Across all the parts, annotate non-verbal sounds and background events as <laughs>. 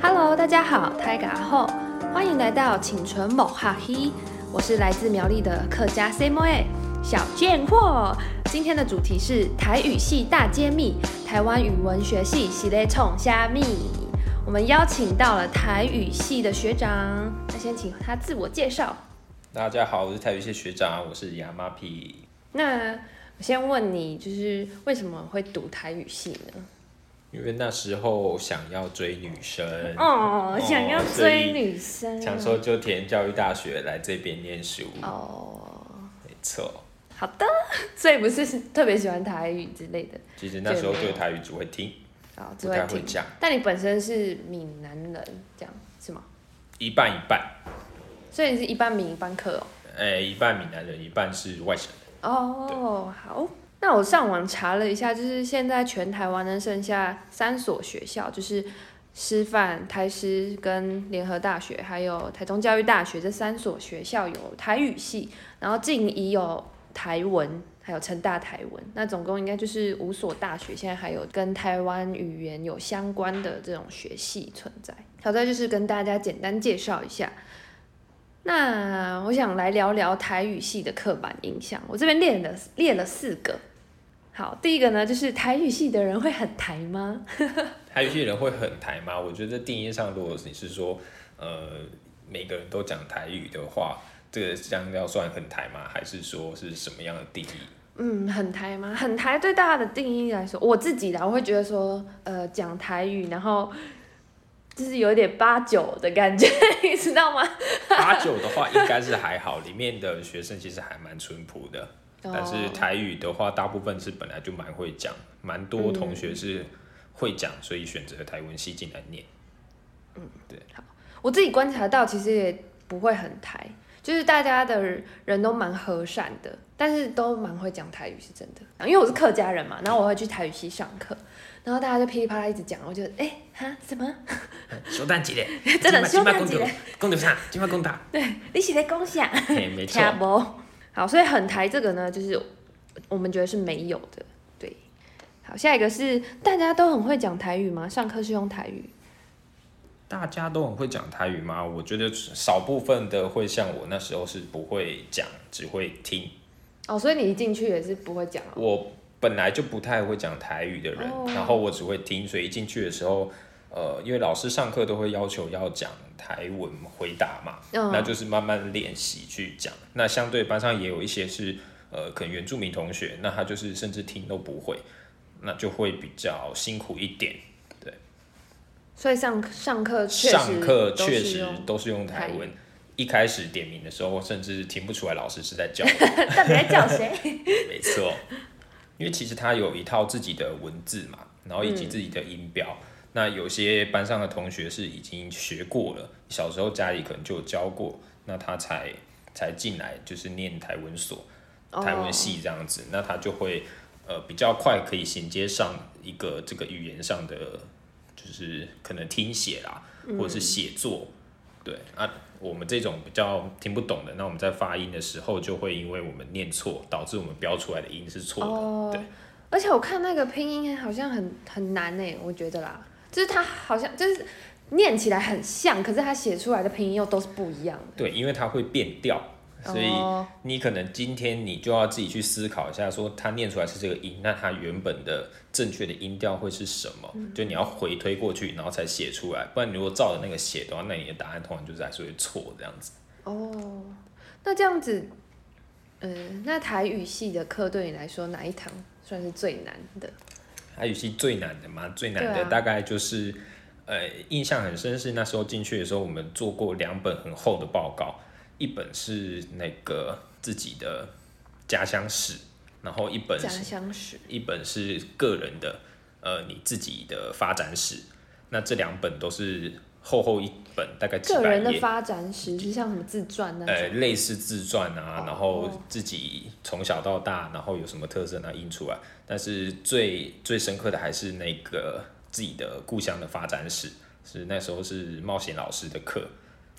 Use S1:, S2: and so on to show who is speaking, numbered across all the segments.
S1: Hello，大家好，泰嘎后，欢迎来到请纯某哈嘿，我是来自苗栗的客家 C M A 小贱货。今天的主题是台语系大揭秘，台湾语文学系系列冲虾米。我们邀请到了台语系的学长，那先请他自我介绍。
S2: 大家好，我是台语系学长，我是亚麻皮。
S1: 那我先问你，就是为什么会读台语系呢？
S2: 因为那时候想要追女生，
S1: 哦，想要
S2: 嗯所以
S1: 追女生，
S2: 想说就填教育大学来这边念书，
S1: 哦。
S2: 没错。
S1: 好的， <laughs> 所以不是特别喜欢台语之类的，
S2: 其实那时候对台语只会听，
S1: 啊，只
S2: 不太
S1: 会
S2: 会
S1: 听。
S2: 讲，
S1: 但你本身是闽南人，这样是吗？
S2: 一半一半，
S1: 所以你是一半闽一半客哦。
S2: 哎、一半闽南人，一半是外省人。
S1: 哦，好。那我上网查了一下，就是现在全台湾呢剩下三所学校，就是师范、台师跟联合大学，还有台中教育大学这三所学校有台语系，然后静怡有台文，还有成大台文。那总共应该就是五所大学，现在还有跟台湾语言有相关的这种学系存在。好在就是跟大家简单介绍一下，那我想来聊聊台语系的刻板印象。我这边列了列了四个。好，第一个呢，就是台语系的人会很台吗？
S2: 台语系人会很台吗？我觉得定义上，如果你是说，呃，每个人都讲台语的话，这个将要算很台吗？还是说是什么样的定义？
S1: 嗯，很台吗？很台对大家的定义来说，我自己啦，我会觉得说，呃，讲台语，然后就是有点八九的感觉， <laughs> 你知道吗？
S2: <laughs> 八九的话应该是还好，里面的学生其实还蛮淳朴的。但是
S1: 哦
S2: 台语的话，大部分是本来就蛮会讲，蛮多同学
S1: 嗯
S2: 是会讲，所以选择台文系进来念。
S1: 我自己观察到，其实也不会很台，就是大家的人都蛮和善的，但是都蛮会讲台语，是真的。因为我是客家人嘛，然后我会去台语系上课，然后大家就噼里啪啦一直讲，我就哎、哈什
S2: <laughs>
S1: 么？，
S2: 小蛋鸡嘞
S1: <laughs> 真的小蛋鸡嘞，
S2: 公主上，金马公
S1: <laughs>
S2: 打，
S1: 你是在恭喜啊？
S2: 嘿，没错
S1: 听，不？好，所以很台这个呢，就是我们觉得是没有的。对，好，下一个是大家都很会讲台语吗？上课是用台语？
S2: 大家都很会讲台语吗？我觉得少部分的会像我那时候是不会讲，只会听。
S1: 哦，所以你一进去也是不会讲哦。
S2: 我本来就不太会讲台语的人，
S1: 哦
S2: 然后我只会听，所以一进去的时候，呃，因为老师上课都会要求要讲台文回答嘛，
S1: 嗯
S2: 那就是慢慢练习去讲。那相对班上也有一些是呃，可能原住民同学，那他就是甚至听都不会，那就会比较辛苦一点。
S1: 所以上上课呃确实
S2: 上课
S1: 都
S2: 确
S1: 是
S2: 实
S1: 用 <laughs>
S2: 都是用
S1: 台
S2: 台
S1: 语
S2: 文。一开始点名的时候，甚至听不出来老师是在叫我，
S1: 到底在叫谁？
S2: 没错，因为其实它有一套自己的文字嘛，然后以及自己的音标。那有些班上的同学是已经学过了，小时候家里可能就有教过，那他才才进来就是念台文所、台文系这样子，那他就会呃比较快可以衔接上一个这个语言上的，就是可能听写啦，或者
S1: 嗯
S2: 是写作。对啊，我们这种比较听不懂的，那我们在发音的时候就会因为我们念错，导致我们标出来的音是错的。
S1: 哦
S2: 对，
S1: 而且我看那个拼音好像很很难呢、欸我觉得啦，就是它好像就是念起来很像，可是它写出来的拼音又都是不一样的。
S2: 对，因为它会变调，所以
S1: 哦
S2: 你可能今天你就要自己去思考一下，说它念出来是这个音，那它原本的正确的音调会是什么？
S1: 嗯
S2: 就你要回推过去，然后才写出来。不然你如果照着那个写的话，那你的答案通常就是还是会错这样子。
S1: 哦，那这样子，嗯、那台语系的课对你来说哪一堂算是最难的？
S2: 台语系最难的嘛，最难
S1: 对
S2: 的
S1: 啊
S2: 大概就是，呃，印象很深是那时候进去的时候，我们做过两本很厚的报告，一本是那个自己的家乡史，然后一本
S1: 家
S2: 是
S1: 乡史
S2: 一本是个人的，呃，你自己的发展史。那这两本都是厚厚一本，大概几
S1: 个
S2: 百
S1: 人的
S2: 页，
S1: 发展史是像什么自传啊那
S2: 呃
S1: 种？，
S2: 类似自传啊，然后
S1: 哦
S2: 自己从小到大，然后有什么特色呢印出来。但是最最深刻的还是那个自己的故乡的发展史，是那时候是冒险老师的
S1: <laughs>
S2: 课。对冒险老师的课，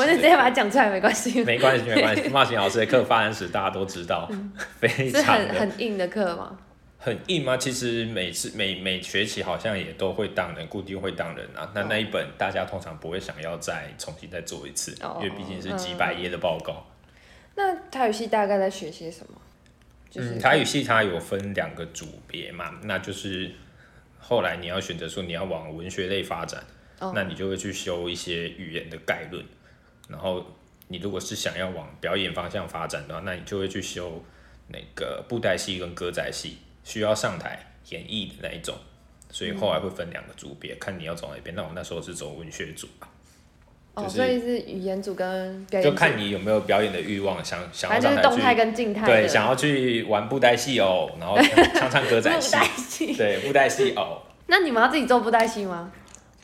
S1: 我就直接把它讲出来没关
S2: <laughs>
S1: 系，
S2: 没关系，没关系。冒险老师的课发展史大家都知道，非
S1: 嗯是
S2: 常
S1: 很
S2: 的
S1: 很硬的课吗？
S2: 很硬吗？其实每次每每学期好像也都会当人，固定会当人啊。那
S1: 哦
S2: 那一本大家通常不会想要再重新再做一次，
S1: 哦
S2: 因为毕竟是几百页的报告。
S1: 那台语系大概在学些什么？就是、
S2: 嗯，台语系它有分两个组别嘛，那就是后来你要选择说你要往文学类发展，
S1: 哦
S2: 那你就会去修一些语言的概论，然后你如果是想要往表演方向发展的话，那你就会去修那个布袋戏跟歌仔戏，需要上台演绎的那一种，所以后来会分两个组别，看你要走哪一边。那我那时候是走文学组吧，
S1: 哦，
S2: 就是
S1: 所以是语言组跟表演
S2: 就
S1: 组，
S2: 看你有没有表演的欲望，想想要
S1: 反正就是
S2: 上台
S1: 动态
S2: 去。
S1: 跟静态的。<laughs>
S2: 对，想要去玩布袋戏哦，然后唱唱唱歌仔
S1: 布 <laughs>
S2: 戏，
S1: 袋戏。
S2: 对，布袋戏偶，
S1: 那你们要自己做布袋戏吗？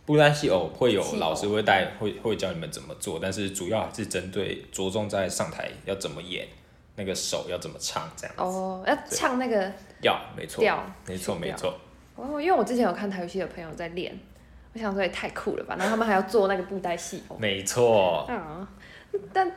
S2: 布袋戏偶会有
S1: 戏偶
S2: 老师会带，会会教你们怎么做，但是主要还是针对着重在上台要怎么演，那个手要怎么唱这样。
S1: 哦，要唱那个
S2: 要，没错，
S1: 调。
S2: 没错，
S1: 曲
S2: 没
S1: 调
S2: 错。
S1: 哦，因为我之前有看台语系的朋友在练，我想说也太酷了吧，然后他们还要做那个布袋戏哦。
S2: 没错，
S1: 嗯，但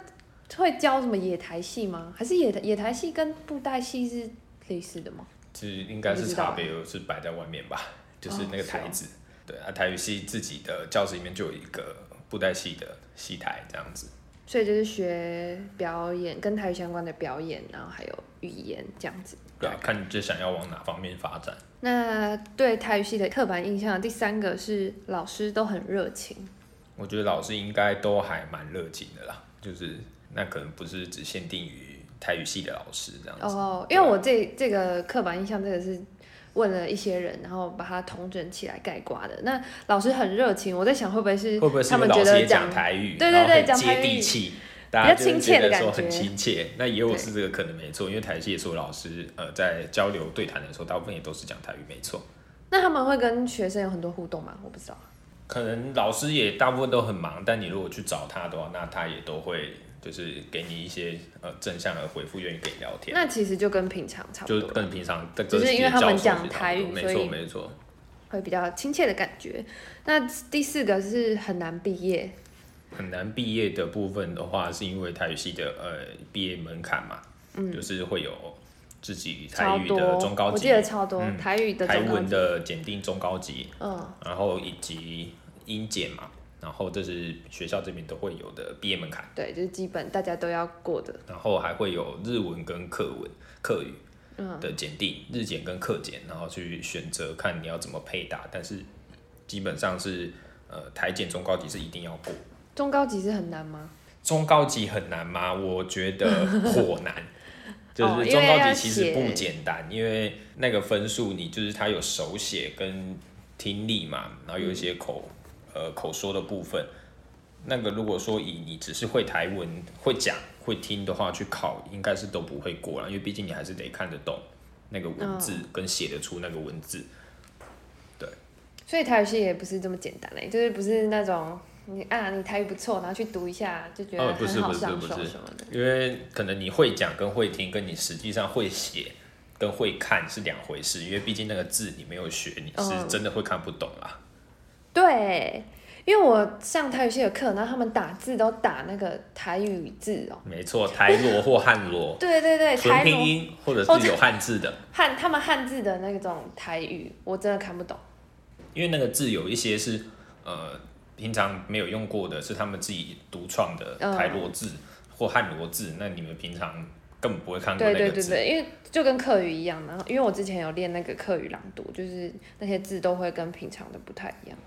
S1: 会教什么野台戏吗？还是野台野台戏跟布袋戏是类似的吗？
S2: 这应该
S1: 我
S2: 是
S1: 不知道
S2: 差别是摆在外面吧，就是
S1: 哦
S2: 那个台子。对啊，台语系自己的教室里面就有一个布袋戏的戏台这样子。
S1: 所以就是学表演，跟台语相关的表演，然后还有语言这样子。
S2: 对啊，看你就想要往哪方面发展。
S1: 那对台语系的刻板印象，第三个是老师都很热情。
S2: 我觉得老师应该都还蛮热情的啦，就是那可能不是只限定于台语系的老师这样子。啊
S1: 哦，因为我这这个刻板印象，这个是问了一些人，然后把它统整起来概括的。那老师很热情，我在想会不会是
S2: 会不会是
S1: 他
S2: 因为
S1: 们
S2: 老
S1: 觉
S2: 师
S1: 得
S2: 也讲
S1: 讲
S2: 台语，
S1: 对对
S2: 然后
S1: 对讲
S2: 很
S1: 台
S2: 接
S1: 语
S2: 地气，大家
S1: 比较
S2: 就会
S1: 亲切
S2: 觉
S1: 的
S2: 得说
S1: 感觉
S2: 很亲切。那也有
S1: 对
S2: 是这个可能没错，因为台系也说老师呃在交流对谈的时候，大部分也都是讲台语，没错。
S1: 那他们会跟学生有很多互动吗？我不知道。
S2: 可能老师也大部分都很忙，但你如果去找他的话，那他也都会就是给你一些呃正向的回复，愿意跟你聊天，
S1: 那其实就跟平常差不
S2: 就
S1: 多，
S2: 跟平常这
S1: 只
S2: 个
S1: 是因为他们讲台语
S2: 没
S1: 所以
S2: 错没错。
S1: 会比较亲切的感觉。那第四个是很难毕业，
S2: 很难毕业的部分的话，是因为台语系的呃毕业门槛嘛，就是会有自己
S1: 嗯
S2: 台
S1: 超
S2: 语
S1: 多
S2: 的中高
S1: 我
S2: 级
S1: 记、得超多、
S2: 嗯
S1: 台语的
S2: 台
S1: 中高
S2: 文
S1: 级，
S2: 的检定中高级，
S1: 嗯，
S2: 然后以及英检嘛，然后这是学校这边都会有的毕业门槛，
S1: 对，就是基本大家都要过的。
S2: 然后还会有日文跟课文、课语
S1: 嗯
S2: 的检定，日检跟课检，然后去选择看你要怎么配搭，但是基本上是呃台检中高级是一定要过。
S1: 中高级是很难吗？
S2: 中高级很难吗？我觉
S1: <laughs>
S2: 得颇难，就
S1: 哦因
S2: 是
S1: 为
S2: 中高
S1: 要
S2: 级其实不
S1: 写
S2: 简单，因为那个分数你就是它有手写跟听力嘛，然后有一些口、呃口说的部分。那个如果说以你只是会台文、会讲、会听的话去考，应该是都不会过了，因为毕竟你还是得看得懂那个文字
S1: 嗯
S2: 跟写得出那个文字。
S1: 所以台语系也不是这么简单嘞、欸就是不是那种你啊，你台语不错，然后去读一下就觉得
S2: 哦不是
S1: 很好
S2: 不是
S1: 上
S2: 不
S1: 手
S2: 是
S1: 什么的。
S2: 因为可能你会讲跟会听，跟你实际上会写跟会看是两回事，因为毕竟那个字你没有学，你是
S1: 嗯
S2: 真的会看不懂啦。
S1: 对，因为我上台语系的课，然后他们打字都打那个台语字哦、，
S2: 没错，台罗或汉罗
S1: 对对对，
S2: 纯
S1: 台
S2: 拼
S1: 语。
S2: 音或者
S1: 哦
S2: 是有汉字的，
S1: 汉他们汉字的那种台语，我真的看不懂。
S2: 因为那个字有一些是呃平常没有用过的，是他们自己独创的
S1: 嗯
S2: 台罗字或汉罗字，那你们平常根本不会看过
S1: 对
S2: 那
S1: 对
S2: 个
S1: 对
S2: 字。
S1: 对，因为就跟课语一样，然后因为我之前有练那个课语朗读，就是那些字都会跟平常的不太一样。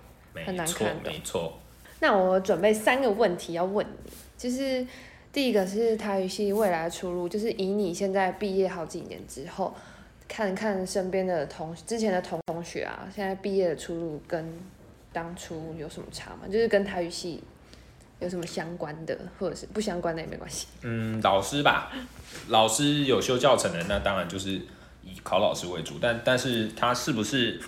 S1: 很
S2: 没
S1: 难
S2: 错
S1: 看懂
S2: 没错，
S1: 那我准备三个问题要问你，就是第一个是台语系未来的出路，就是以你现在毕业好几年之后，看看身边的同之前的同同学啊，现在毕业的出路跟当初有什么差吗？就是跟台语系有什么相关的，或者是不相关的也没关系。
S2: 嗯，老师吧，老师有修教程的，那当然就是以考老师为主，但但是他是不是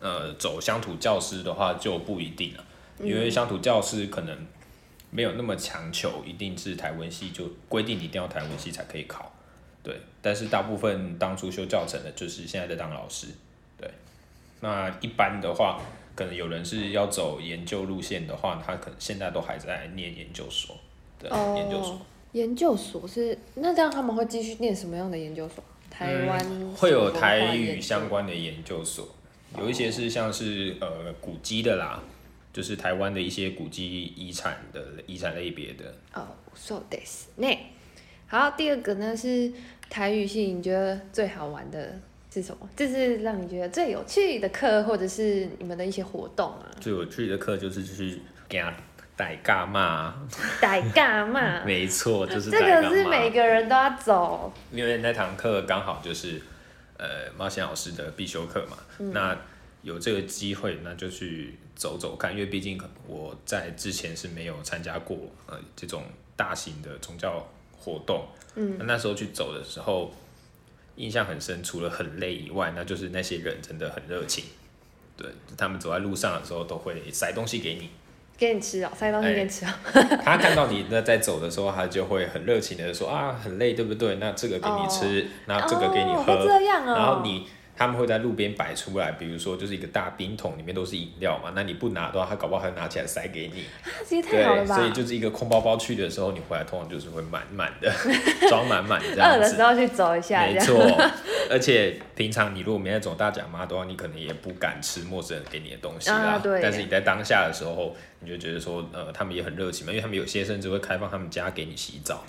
S2: 呃走乡土教师的话就不一定了，因为乡土教师可能没有那么强求，一定是台文系就规定一定要台文系才可以考，对，但是大部分当初修教程的，就是现在在当老师，对，那一般的话，可能有人是要走研究路线的话，他可能现在都还在念研究所，
S1: 哦
S2: 对，研究所。
S1: 研究所是那这样他们会继续念什么样的研究所？台湾、
S2: 嗯会有台语相，关的研究所，有一些是像是呃古迹的啦，就是台湾的一些古迹遗产的遗产类别的。
S1: 哦，so this 内。好，第二个呢是台语系，你觉得最好玩的是什么？这是让你觉得最有趣的课，或者是你们的一些活动
S2: <laughs>
S1: 啊？
S2: 最有趣的课就是去给他逮尬骂，
S1: 逮尬嘛，
S2: 没错，就是
S1: 这
S2: 逮
S1: 个
S2: 尬
S1: 是每
S2: 骂。
S1: 个人都要走。
S2: 因为那堂课刚好就是呃冒险老师的必修课嘛，那有这个机会，那就去走走看，因为毕竟我在之前是没有参加过呃这种大型的宗教活动，嗯，那时候去走的时候。印象很深，除了很累以外，那就是那些人真的很热情，对他们走在路上的时候都会塞东西给你，
S1: 给你吃哦，塞东西
S2: 哎
S1: 给你吃哦。 <laughs>
S2: 他看到你那在走的时候，他就会很热情的说啊，很累，对不对？那这个给你吃，那啊这个给你
S1: 哦
S2: 喝，
S1: 会这样哦。
S2: 然后你他们会在路边摆出来，比如说就是一个大冰桶，里面都是饮料嘛，那你不拿的话，他搞不好还拿起来塞给你。
S1: 啊，这也太好了
S2: 对，
S1: 吧？
S2: 所以就是一个空包包去的时候，你回来通常就是会满满
S1: <laughs>
S2: 的，装满满这
S1: 饿
S2: 样
S1: 的时
S2: 子。
S1: 候去走一下，这
S2: 没
S1: 样。
S2: 错，
S1: <laughs>
S2: 而且平常你如果没那种大甲妈的话，你可能也不敢吃陌生人给你的东西啦。
S1: 啊对
S2: 但是你在当下的时候，你就觉得说，呃，他们也很热情嘛，因为他们有些甚至会开放他们家给你洗澡，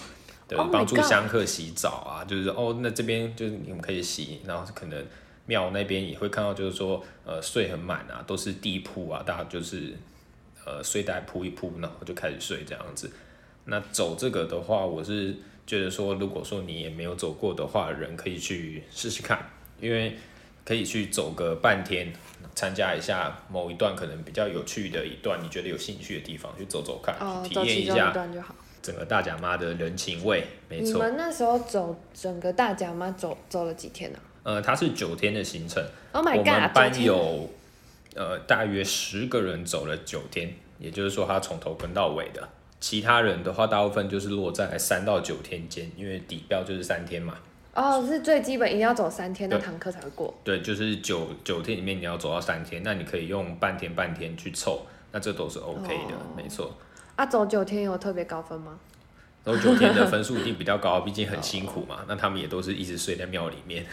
S2: 对
S1: Oh my，
S2: 帮、助
S1: God
S2: 香客洗澡啊，就是哦，那这边就是你们可以洗，然后可能庙那边也会看到，就是说，呃，睡很满啊，都是地铺啊，大家就是呃睡袋铺一铺，然后就开始睡这样子。那走这个的话，我是觉得说，如果说你也没有走过的话，人可以去试试看，因为可以去走个半天，参加一下某一段可能比较有趣的一段，你觉得有兴趣的地方去走走看，
S1: 哦，
S2: 体
S1: 走
S2: 验
S1: 其
S2: 一
S1: 中一
S2: 下
S1: 段就好。
S2: 整个大甲妈的人情味。没
S1: 你
S2: 错，
S1: 们那时候走整个大甲妈走走了几天呢、
S2: 呃，它是九天的行程，
S1: o h my
S2: 我
S1: god！
S2: 们
S1: 九
S2: 班
S1: 天
S2: 有呃大约十个人走了九天，也就是说他从头跟到尾的。其他人的话，大部分就是落在三到九天间，因为底标就是三天嘛。
S1: 哦，是最基本一定要走三天，那
S2: 对
S1: 堂课才会过。
S2: 对，就是九九天里面你要走到三天，那你可以用半天半天去凑，那这都是 OK 的，没错。
S1: 啊，走九天有特别高分吗？
S2: 然后九天的分数一定比较高，毕竟很辛苦嘛。那他们也都是一直睡在庙里面。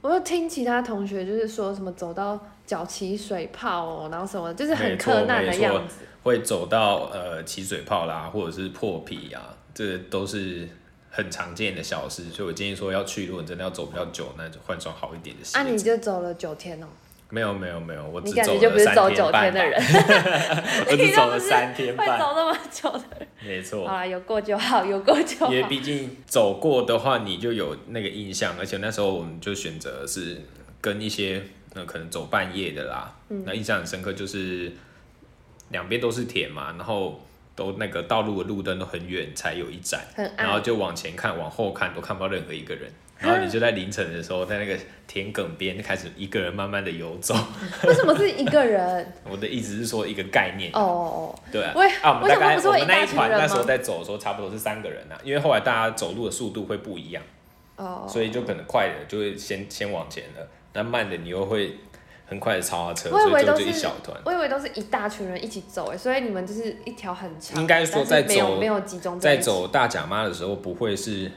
S1: 我就听其他同学就是说什么走到脚起水泡哦，然后什么就是很
S2: 没错
S1: 困难的
S2: 没错
S1: 样子。
S2: 会走到呃起水泡啦，或者是破皮啊，这都是很常见的小事。所以我建议说，要去，如果你真的要走比较久，那就换双好一点的鞋
S1: 啊，你
S2: 子。
S1: 就走了九天哦，
S2: 没有没有没有，我只
S1: 你
S2: 走
S1: 感觉
S2: 了
S1: 就不是
S2: 三
S1: 走九
S2: 半
S1: 天的
S2: 吧，
S1: 人，
S2: <laughs> 我
S1: 你 <laughs>
S2: 只
S1: 就
S2: 走
S1: 不
S2: 了
S1: 是
S2: 三天
S1: 会
S2: 半，
S1: 走那么久的人。
S2: 没
S1: 好
S2: 错。
S1: 啦，有过就好，有过 <laughs> 就好
S2: 因。为毕竟走过的话，你就有那个印象，而且那时候我们就选择是跟一些那可能走半夜的啦，
S1: 嗯
S2: 那印象很深刻就是两边都是田嘛，然后都那个道路的路灯都很远才有一盏，
S1: 很
S2: 然后
S1: 暗，
S2: 就往前看、往后看，都看不到任何一个
S1: <laughs>
S2: 人。然后你就在凌晨的时候，在那个田埂边开始一个人慢慢的游走。 <laughs>
S1: 为什么是一个人？
S2: 我的意思是说一个概念，
S1: 哦哦，哦
S2: 对啊。
S1: 我也
S2: 啊，我
S1: 我
S2: 们大
S1: 想说
S2: 概
S1: 不是
S2: 我
S1: 会
S2: 们
S1: 一
S2: 那
S1: 大
S2: 一
S1: 群
S2: 团
S1: 人
S2: 那时候
S1: 吗？
S2: 在走的时候，差不多是三个人啊，因为后来大家走路的速度会不一样，
S1: 哦，
S2: 所以就可能快的就会先先往前了，那慢的你又会很快的超他车，
S1: 我以
S2: 所
S1: 为
S2: 以就
S1: 都
S2: 就是一小团。
S1: 我以为都是一大群人一起走哎，所以你们就是一条很长，
S2: 应该说
S1: 但是
S2: 在
S1: 没有
S2: 走
S1: 没有集中
S2: 在
S1: 一起
S2: 走大甲妈的时候，不会是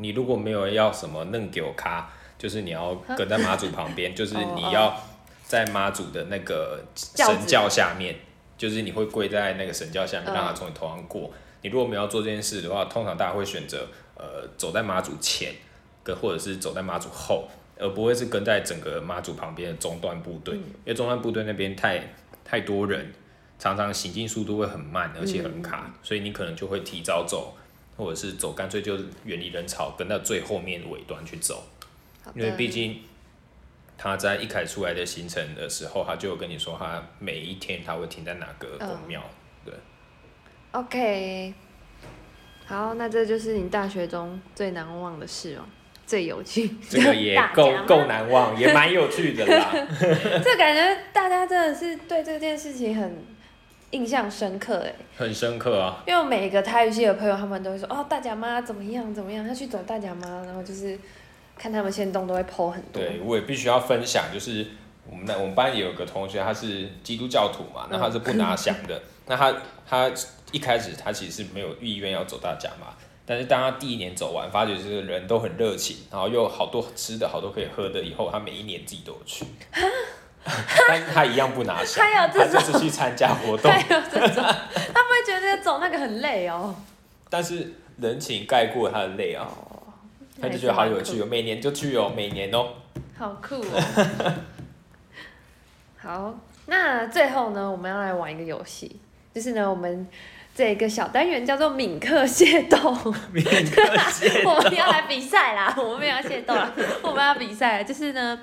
S2: 你如果没有要什么弄给我咖，就是你要跟在妈祖旁边，就是你要在妈祖的那个
S1: 哦轿子
S2: 神教下面，就是你会跪在那个神教下面，
S1: 嗯
S2: 让他从你头上过。你如果没有要做这件事的话，通常大家会选择呃走在妈祖前，跟或者是走在妈祖后，而不会是跟在整个妈祖旁边的中段部队，因为中段部队那边太太多人，常常行进速度会很慢，而且很卡，所以你可能就会提早走，或者是走干脆就远离人潮，跟到最后面尾端去走，
S1: 好的
S2: 因为毕竟。他在一开始出来的行程的时候，他就有跟你说，他每一天他会停在哪个
S1: 嗯
S2: 宫庙，对，
S1: OK，好，那这就是你大学中最难忘的事哦，最有
S2: <laughs>
S1: 趣。
S2: 这个
S1: <laughs>
S2: 也
S1: 大
S2: 够
S1: 家吗
S2: 够难忘，也蛮有趣的啦。 <laughs>
S1: 这感觉大家真的是对这件事情很印象深刻哎，
S2: 很深刻啊。
S1: 因为我每一个台语系的朋友，他们都会说哦，大甲妈怎么样怎么样，要去走大甲妈，然后就是看他们现动都会 PO 很多。
S2: 对，我也必须要分享，就是我们那我们班也有个同学，他是基督教徒
S1: 嗯
S2: 嘛，那他
S1: <laughs>
S2: 是不拿香的，那他他一开始他其实是没有意愿要走大甲嘛，但是当他第一年走完，发觉这个人都很热情，然后又好多吃的好多可以喝的，以后他每一年自己都有
S1: <laughs>
S2: 去，但是他一样不拿下，
S1: 还有这
S2: 他
S1: 种
S2: 就是去参加活
S1: <laughs> <laughs>
S2: 动
S1: 还，有这种，他们会觉得走那个很累哦。
S2: 但是人情盖过他的累啊，
S1: 哦，
S2: 他就觉得好有趣
S1: 那也是
S2: 哦，每年就去哦，每
S1: <laughs>
S2: 年哦，
S1: 蛮酷，好酷哦。 <laughs> 好，那最后呢，我们要来玩一个游戏，就是呢，我们这个小单元叫做敏克械斗。
S2: 每年都去
S1: 我们要来比赛啦， <laughs> 我们没有要械斗啦，我们要比赛，就是呢。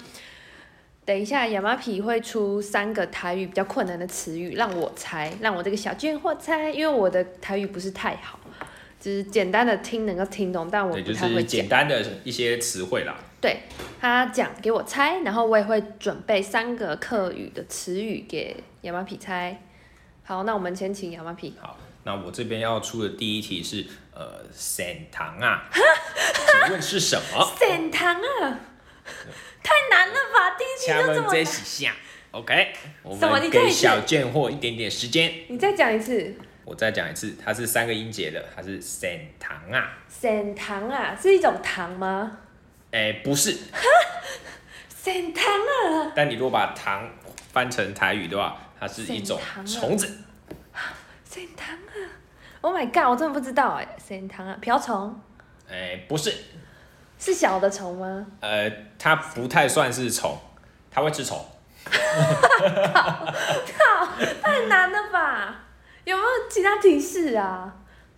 S1: 等一下，亚麻皮会出三个台语比较困难的词语，让我猜，让我这个小贱货猜，因为我的台语不是太好，就是简单的听能够听懂，但我
S2: 对，
S1: 不
S2: 就
S1: 太会
S2: 是
S1: 讲
S2: 简。单的一些词汇啦。
S1: 对他讲给我猜，然后我也会准备三个客语的词语给亚麻皮猜。好，那我们先请亚麻皮。
S2: 好，那我这边要出的第一题是呃，沈
S1: <laughs>
S2: 糖啊，请问是什么？
S1: 沈堂啊，太难了吧？第一
S2: 请
S1: 题就这
S2: 问
S1: 么
S2: 这
S1: 难。
S2: 是下，OK，我
S1: 什么
S2: 们
S1: 你可以
S2: 给小贱货一点点时间。
S1: 你再讲一次。
S2: 我再讲一次，它是三个音节的，它是沈糖啊，
S1: 沈糖啊，是一种糖吗？
S2: 哎、不是，
S1: 沈糖啊，
S2: 但你如果把糖翻成台语的话，它是一种
S1: 沈糖啊
S2: 虫子，
S1: 沈糖啊！Oh my god，我真的不知道哎、沈糖啊，瓢虫
S2: 哎、不是，
S1: 是小的虫吗？
S2: 呃，它不太算是虫，它会吃虫，
S1: 啊太难了吧？有没有其他提示啊？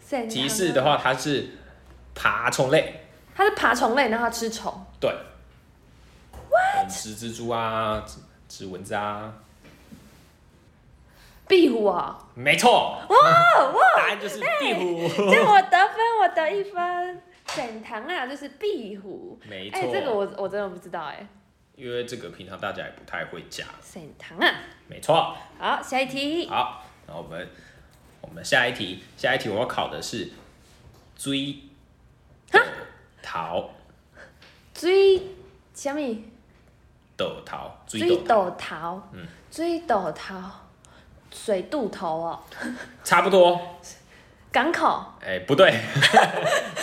S1: 沈糖啊
S2: 提示的，话，它是爬虫类。
S1: 它是爬虫类，然后它吃虫。
S2: 对。嗯吃蜘蛛啊，吃吃蚊子啊，
S1: 壁虎啊！
S2: 没错，
S1: 哇哇！
S2: <laughs> 答案就是壁虎，
S1: 这我得分，我得一分。沈糖啊，就是壁虎。
S2: <laughs> 没错。
S1: 哎、这个我我真的不知道哎、
S2: 因为这个平常大家也不太会讲，
S1: 沈糖啊，
S2: 没错。
S1: 好，下一题。
S2: 好，那我们我们下一题，下一题我要考的是追的桃
S1: 追虾米？
S2: 的桃追
S1: 水
S2: 的桃，嗯
S1: 豆桃，水豆桃，水渡头哦，
S2: 差不多。
S1: 港口
S2: 哎、不对， <laughs>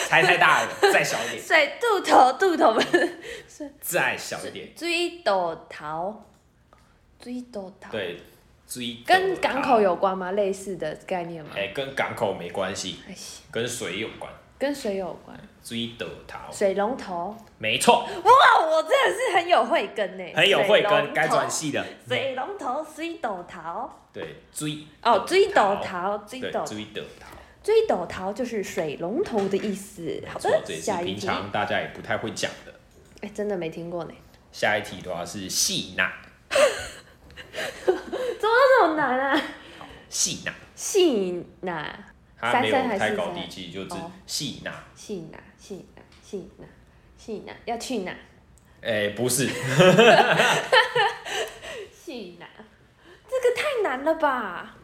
S2: 猜太大了，再小一点，
S1: 水渡头，渡头不 <laughs> 是
S2: 再小一点。
S1: 水豆桃，水豆桃，，
S2: 对，追的
S1: 跟
S2: 桃
S1: 港口有关吗？类似的概念吗？
S2: 哎、跟港口没关系，
S1: 哎西，
S2: 跟水有关。
S1: 跟水有关，
S2: 追得桃，
S1: 水龙头，
S2: 没错，
S1: 哇，我真的是很有慧根呢，
S2: 很有慧
S1: 水龙
S2: 根，
S1: 头
S2: 该转。系的。
S1: 水龙头，水豆桃，
S2: 对，追
S1: 哦，水豆
S2: 桃，
S1: 桃，水
S2: 对
S1: 豆，
S2: 追得桃，
S1: 水豆桃就是水龙头的意思。好
S2: 错，
S1: 的，
S2: 这也是
S1: 下一
S2: 平
S1: 题，
S2: 常大家也不太会讲的。
S1: 哎，真的没听过呢。
S2: 下一题的话是细奶，
S1: 怎么都这么难啊？
S2: 细奶，
S1: 信呐，
S2: 它没有
S1: 三声还是
S2: 太搞
S1: 四声
S2: 地气，就是
S1: 哦
S2: 细奶。
S1: 信呐，信呐，信呐，信呐，要去哪？
S2: 哎，
S1: <laughs>
S2: 不是，
S1: 信呐，这个太难了吧？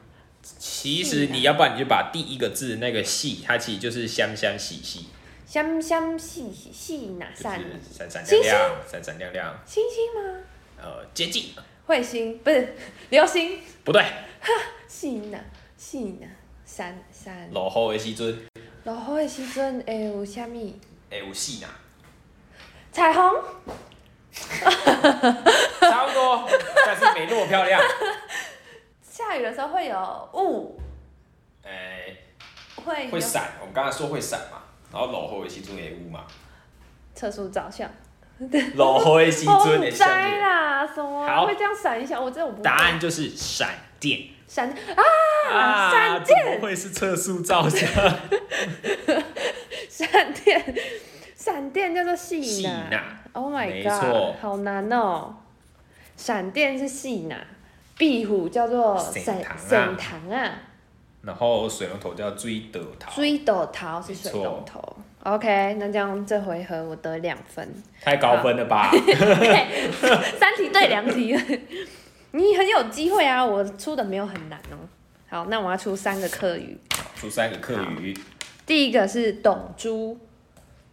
S2: 其
S1: 细
S2: 实
S1: 奶
S2: 你要不然你就把第一个字那个细，它其实就是香香喜喜，
S1: 香香细细呐，
S2: 就是
S1: 散
S2: 闪闪
S1: 星
S2: 亮亮，闪闪亮亮，
S1: 星星吗？
S2: 呃，接近，
S1: 彗星不是流星，
S2: 不对，
S1: 信呐，信呐，啊闪闪。
S2: 落雨的时阵，
S1: 落雨的时阵会哎有啥物？
S2: 会有细奶，
S1: 彩虹，
S2: 差不多，但是没那么漂 <laughs> 亮。
S1: 下雨的时候会有雾，
S2: 哎，
S1: 会有
S2: 会闪，我们刚才说会闪嘛，然后落雨的时阵会 <laughs> 有嘛，
S1: 特殊照相。
S2: 落雨的时阵
S1: 风
S2: 会
S1: 灾
S2: 闪电。
S1: 啦，什么啊
S2: 好
S1: 会这样闪一下？我真的我不会
S2: 答案就是闪电
S1: 闪啊！闪
S2: 怎
S1: 电
S2: 么会是测速照相？
S1: 闪电，闪电叫做细
S2: 细
S1: 呐。
S2: 呐，
S1: Oh my
S2: 啊没错
S1: god，好难哦。闪电是细呐，壁虎叫做
S2: 沈堂啊
S1: 沈堂啊，
S2: <laughs> 然后水龙头叫追得桃，
S1: 追斗桃是水
S2: 没错
S1: 龙头。OK，那这样这回合我得两分，
S2: 太高分了吧？
S1: 对，三题对两题，你很有机会啊！我出的没有很难哦。好，那我要出三个客语，
S2: <laughs> 出三个课语，
S1: 第一个是董珠，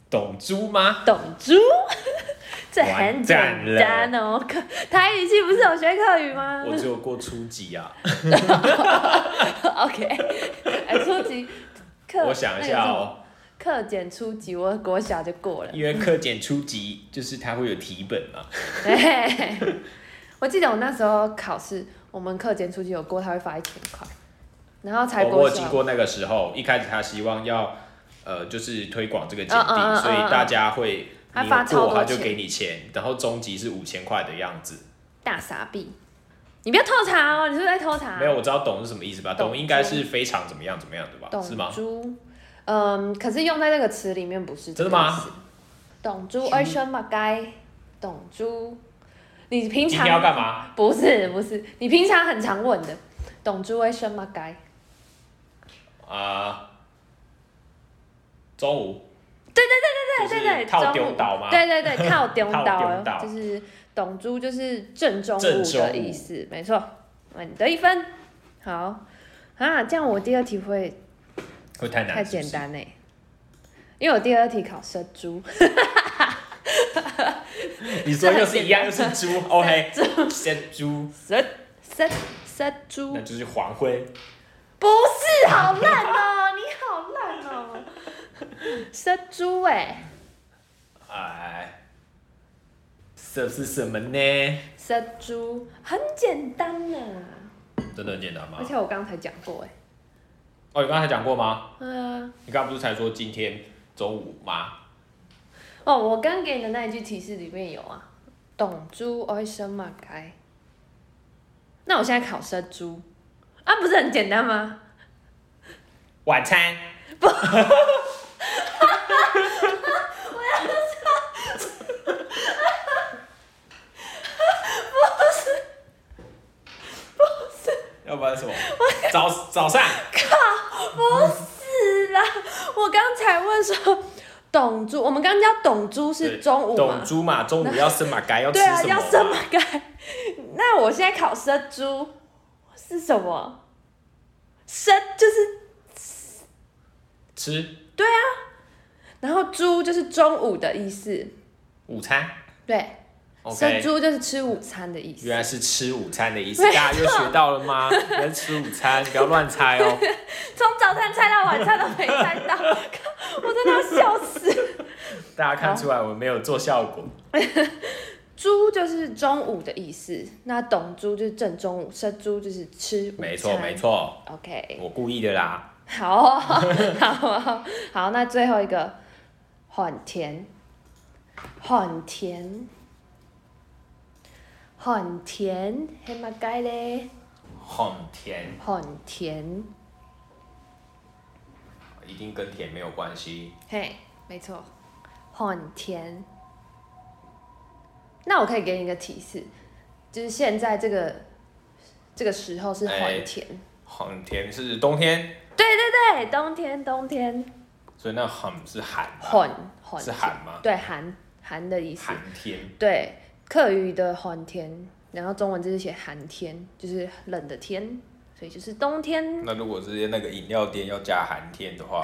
S2: 懂猪吗？
S1: 董珠， <laughs> 这很
S2: 完
S1: 简
S2: 蛋了
S1: 单哦。客台语系不是有学客语吗
S2: 我只有过初
S1: <laughs>
S2: 级啊，
S1: ？OK，哎，初级客，
S2: 我想一下哦，
S1: 那课检初级，我国小就过了。
S2: 因为课检初级就是它会有题本嘛，
S1: 对，我记得我那时候考试，我们课检初级有过，他会发一千块，然后才
S2: 哦我我
S1: 国
S2: 有经
S1: 小。
S2: 过那个时候，一开始他希望要呃就是推广这个检
S1: 嗯嗯嗯
S2: 定，
S1: 嗯
S2: 所以大家会
S1: 他
S2: 你
S1: 发
S2: 有
S1: 超多
S2: 过他就
S1: 钱
S2: 给你钱，然后中级是五千块的样子。
S1: 大傻逼！你不要偷查哦，你是不是在偷查？
S2: 没有，我知道懂是什么意思吧？
S1: 懂
S2: 懂应该是非常怎么样怎么样的吧？
S1: 懂
S2: 是吗？
S1: 猪，嗯，可是用在这个词里面不是
S2: 真的
S1: 这个
S2: 吗
S1: 词？懂猪二声嘛该，懂猪，你平
S2: 今天要
S1: 常
S2: 干嘛？
S1: 不是不是，你平常很常问的，懂猪二声嘛该，
S2: 啊、中午。
S1: 对对对对对，
S2: 套
S1: 中
S2: 丢
S1: 午
S2: 岛吗？
S1: 对对对，
S2: <laughs>
S1: 套丢
S2: 套丢
S1: 岛
S2: 岛
S1: 就是懂猪就是正中
S2: 正
S1: 午
S2: 中
S1: 的
S2: 午
S1: 意思，没错，那你得一分，好啊，这样我第二题会
S2: 会太难，
S1: 太
S2: 是
S1: 简
S2: 不是。
S1: 单呢、因为我第二题考生猪，
S2: 你说又是一样，又是
S1: <laughs>
S2: 猪，OK，先猪，
S1: 生生生猪
S2: 那，就是黄昏。
S1: 不是，好烂哦、你好烂哦、生猪哎，
S2: 哎，这是什么呢？
S1: 生猪很简单呐、
S2: 真的很简单吗
S1: 而？且我刚才讲过哎、
S2: 哦，你刚才讲过吗？
S1: 嗯、
S2: 你刚刚不是才说今天中午吗？
S1: 哦，我刚给你的那一句提示里面有啊，懂猪哦爱生马该。那我现在考生猪啊，不是很简单吗？
S2: 晚餐。 <laughs> 要不然什么？早早上
S1: 不是啦，我刚才问说懂猪，我们刚刚叫懂猪是
S2: 对
S1: 中午
S2: 懂
S1: 嘛？
S2: 猪嘛？中午要生马该要吃
S1: 对
S2: 什
S1: 啊，
S2: 么嘛？
S1: 要生马该。那我现在考生猪是什么？生就是，
S2: 吃
S1: 然后猪就是中午的意思，
S2: 午餐。
S1: 对，生
S2: OK，
S1: 猪就是吃午餐的意思。
S2: 原来是吃午餐的意思，
S1: 没
S2: 大家又学到
S1: <laughs>
S2: 了吗？原来是吃午餐，不要乱猜哦。
S1: 从早餐猜到晚餐都没猜
S2: <laughs>
S1: 到，我真的要笑死。
S2: 大家看出来我没有做效果。
S1: 猪就是中午的意思，那懂猪就是正中午，生猪就是吃午餐。
S2: 没错，没。错，
S1: OK，
S2: 我故意的啦。
S1: 好、哦，好、哦，好，那最后一个，很甜，很甜，很甜，黑马盖嘞，
S2: 很甜，
S1: 很甜，
S2: 一定跟甜没有关系。
S1: 嘿，没错，很甜。那我可以给你一个提示，就是现在这个这个时候是
S2: 哎
S1: 很甜，
S2: 很甜是冬天，
S1: 对，冬天冬天
S2: 所以那很是寒
S1: <laughs>
S2: 嘛，
S1: 很很
S2: 是
S1: 甜
S2: 寒吗？
S1: 对寒寒的意思，
S2: 寒天，
S1: 对，客语的很甜，然后中文就是写寒天，就是冷的天，所以就是冬天。
S2: 那如果是那个饮料店要加寒天的话，
S1: <laughs>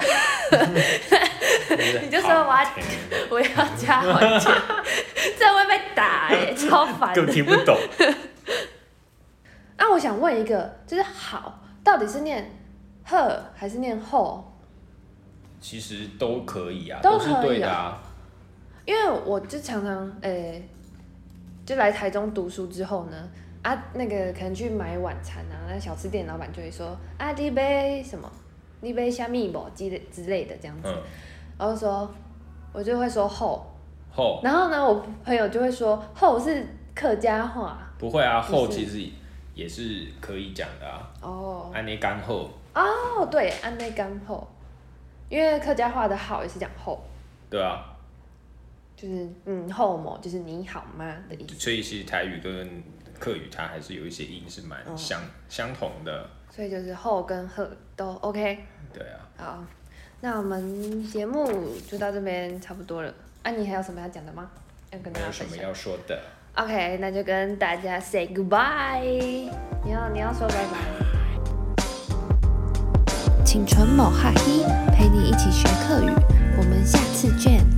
S1: 你就说我要
S2: 寒天
S1: 我要加寒天，这会被打哎、超烦的。
S2: 更听不懂。
S1: 那、我想问一个，就是好到底是念呵还是念后？
S2: 其实都可以啊，
S1: 都
S2: 都
S1: 可
S2: 是
S1: 以啊
S2: 对的啊。
S1: 因为我就常常诶、就来台中读书之后呢，啊，那个可能去买晚餐啊，那小吃店老板就会说啊，你杯什么，你杯虾米不之类之类的这样子，
S2: 嗯，
S1: 然后说，我就会说后，
S2: 后
S1: 然后呢，我朋友就会说后是客家话
S2: 不会啊，后
S1: 就是
S2: 其实也是可以讲的啊。
S1: 哦
S2: 安妮干后，
S1: 哦，对，安内干后，因为客家话的好也是讲后。
S2: 对啊，
S1: 就是嗯后某就是你好吗的意思，
S2: 所以其实台语跟客语它还是有一些音是蛮相相同的。
S1: 所以就是后跟呵都 OK。
S2: 对啊，
S1: 好，那我们节目就到这边差不多了。啊，你还有什么要讲的吗？要跟大家
S2: 没有什
S1: 分
S2: 么
S1: 享
S2: 要说的。
S1: ？OK，那就跟大家 say goodbye。你要你要说拜拜。
S3: 请纯某哈一陪你一起学课语，我们下次见。